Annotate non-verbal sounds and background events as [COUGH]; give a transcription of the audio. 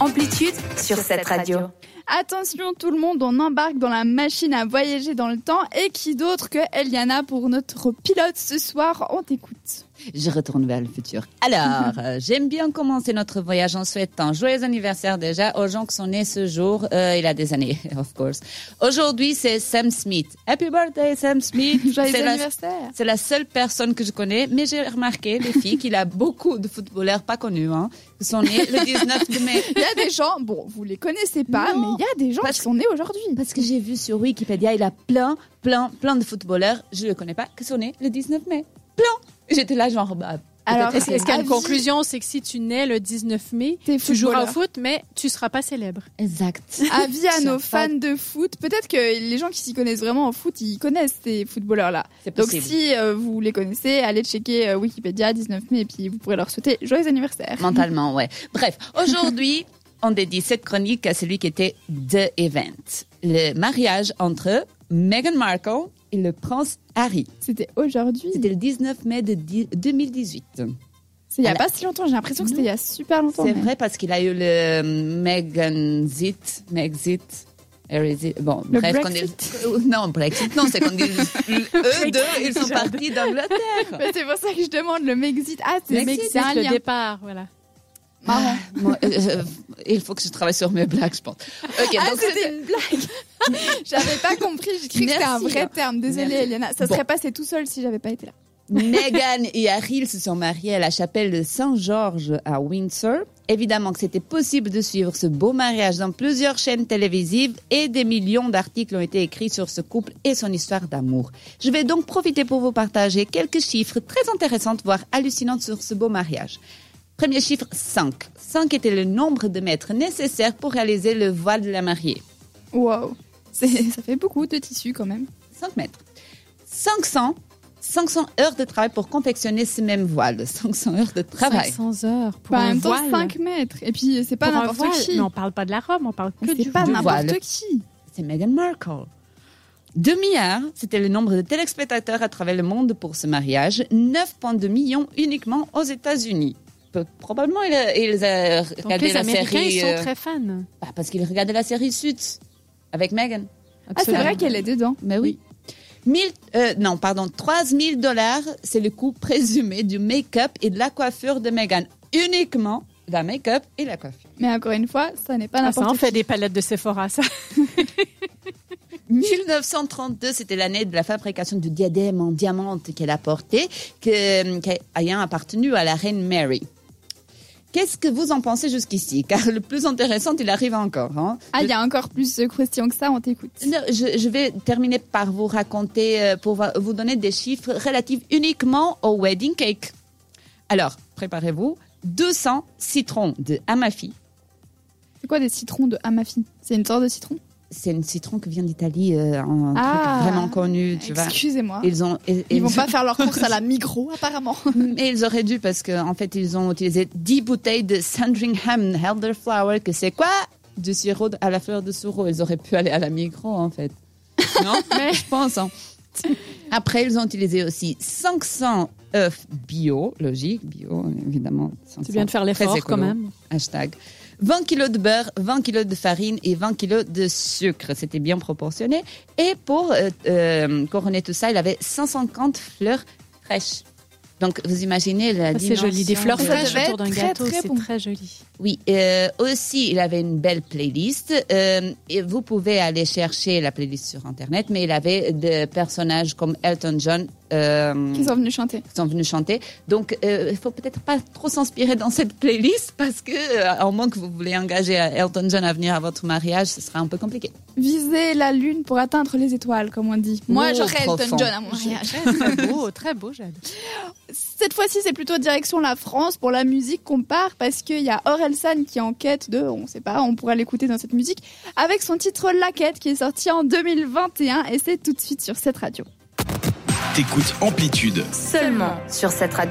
Amplitude sur cette radio. Attention tout le monde, on embarque dans la machine à voyager dans le temps et qui d'autre que Eliana pour notre pilote ce soir, on t'écoute. Je retourne vers le futur. [LAUGHS] Alors, euh, j'aime bien commencer notre voyage en souhaitant joyeux anniversaire déjà aux gens qui sont nés ce jour, euh, il y a des années, [LAUGHS] of course. Aujourd'hui, c'est Sam Smith. Happy birthday, Sam [LAUGHS] Smith. Joyeux C'est la- anniversaire. c'est la seule personne que je connais, mais j'ai remarqué, les filles, qu'il a beaucoup de footballeurs pas connus, hein, qui sont nés le 19 de [LAUGHS] mai. Il y a des gens, bon, vous les connaissez pas, Non. mais il y a des gens Parce- qui sont nés aujourd'hui. Parce que j'ai vu sur Wikipédia, il a plein, plein, plein de footballeurs, je ne le connais pas, qui sont nés le 19 mai. Plein J'étais là, genre, bah. Alors, peut-être Est-ce que- est-ce qu'il y a une Avis. [LAUGHS] conclusion C'est que si tu nais le 19 mai, T'es tu joueras au footballeur. foot, mais tu ne seras pas célèbre. Exact. Avis à Ils nos sont pas- fans de foot. Peut-être que les gens qui s'y connaissent vraiment en foot, ils connaissent ces footballeurs-là. C'est Donc possible. si euh, vous les connaissez, allez checker euh, Wikipédia 19 mai et puis vous pourrez leur souhaiter joyeux anniversaire. Mentalement, ouais. Bref, aujourd'hui, [LAUGHS] on dédie cette chronique à celui qui était The Event le mariage entre Meghan Markle et le prince Harry. C'était aujourd'hui. C'était le 19 mai de dix- 2018. C'est il n'y a Alors- pas si longtemps. J'ai l'impression que Non. c'était il y a super longtemps. C'est mais- vrai parce qu'il a eu le Megxit, Megxit. Brexit. Bon, Le bref, quand Brexit. ils... Non, Brexit, non, c'est quand [LAUGHS] ils... eux deux, ils sont partis d'Angleterre. Mais c'est pour ça que je demande le Mexit. Ah, c'est Mec, Mexit, c'est c'est un le lien. départ, voilà. Marrant. Moi, euh, euh, il faut que je travaille sur mes blagues, je pense. Ok, Ah, donc c'était une blague. j'avais pas compris. J'ai cru que c'était un Merci. vrai terme. Désolée, Merci. Eliana. Ça Bon. serait passé tout seul si j'avais pas été là. Meghan et Harry se sont mariés à la chapelle de Saint-Georges à Windsor. Évidemment que c'était possible de suivre ce beau mariage dans plusieurs chaînes télévisives et des millions d'articles ont été écrits sur ce couple et son histoire d'amour. Je vais donc profiter pour vous partager quelques chiffres très intéressants, voire hallucinants sur ce beau mariage. Premier chiffre, 5. 5 était le nombre de mètres nécessaires pour réaliser le voile de la mariée. Wow. C'est- Ça fait beaucoup de tissus quand même. 5 mètres. 500, 500 heures de travail pour confectionner ce même [LAUGHS] voile. 500 heures de travail. 500 heures pour Bah, en un même temps, voile. 5 mètres. Et puis, c'est pas Pour un n'importe voile. qui. Mais on parle pas de la robe, on parle que du C'est pas du n'importe voile. qui. Ah, C'est Meghan Markle. 2 milliards, c'était le nombre de téléspectateurs à travers le monde pour ce mariage. 9,2 millions uniquement aux États-Unis. Peu- Probablement, ils, ils euh, Donc regardaient les la Américains, série. ils sont euh, très fans. bah, parce qu'ils regardaient la série Sud avec Meghan. Ah, c'est Absolument. vrai qu'elle est dedans. Mais oui. 1000, euh, non, pardon, 3000 dollars, c'est le coût présumé du make-up et de la coiffure de Meghan. Uniquement la make-up et la [LAUGHS] coiffure. Mais encore une fois, ça n'est pas Ah, ça en n'importe fait des palettes de Sephora, ça. 1932, c'était l'année de la fabrication du diadème en diamant qu'elle a porté, que, qui ayant appartenu à la reine Mary. Qu'est-ce que vous en pensez jusqu'ici Car le plus intéressant, il arrive encore. hein. Ah, Le- il y a encore plus de questions que ça, on t'écoute. Non, je, je vais terminer par vous raconter, euh, pour va- vous donner des chiffres relatifs uniquement au wedding cake. Alors, préparez-vous. 200 citrons de Amafi. C'est quoi des citrons de Amafi C'est une sorte de citron C'est une citron qui vient d'Italie, euh, un Ah. truc vraiment connu, tu vois. Excusez-moi. Ils ont, ils, Ils vont ils- pas faire leur course [LAUGHS] à la Migros, apparemment. mais ils auraient dû parce qu'en en fait, ils ont utilisé 10 bouteilles de Sandringham Elderflower, que c'est quoi Du sirop à la fleur de sureau. Ils auraient pu aller à la micro, en [LAUGHS] fait. Non Mais- Je pense. hein. Après, ils ont utilisé aussi 500 œufs bio, logique, bio, évidemment. Tu viens de faire l'effort Très écolo. quand même. Hashtag. 20 kilos de beurre, 20 kilos de farine et 20 kilos de sucre. C'était bien proportionné. Et pour euh, euh, couronner tout ça, il avait 150 fleurs fraîches. Donc, vous imaginez la Ah, C'est joli, des dimension fleurs de- Ça fraîches devait autour d'un être gâteau, très, très c'est bon. très joli. Oui, euh, aussi, il avait une belle playlist. euh, et vous pouvez aller chercher la playlist sur Internet, mais il avait des personnages comme Elton John euh, Qu'ils sont venus chanter. qui sont venus chanter. Donc, euh, il faut peut-être pas trop s'inspirer dans cette playlist parce que, euh, au moins que vous voulez engager euh, Elton John à venir à votre mariage, ce sera un peu compliqué. Viser la lune pour atteindre les étoiles, comme on dit. Moi, Oh, j'aurais Elton profond. John à mon mariage. Très, très beau, très beau, Jade. Cette fois-ci, c'est plutôt direction la France pour la musique qu'on part parce qu'il y a Orelsan qui est en quête de, on sait pas, on pourra l'écouter dans cette musique, avec son titre La Quête qui est sorti en 2021 et c'est tout de suite sur cette radio. T'écoutes Amplitude. Seulement sur cette radio.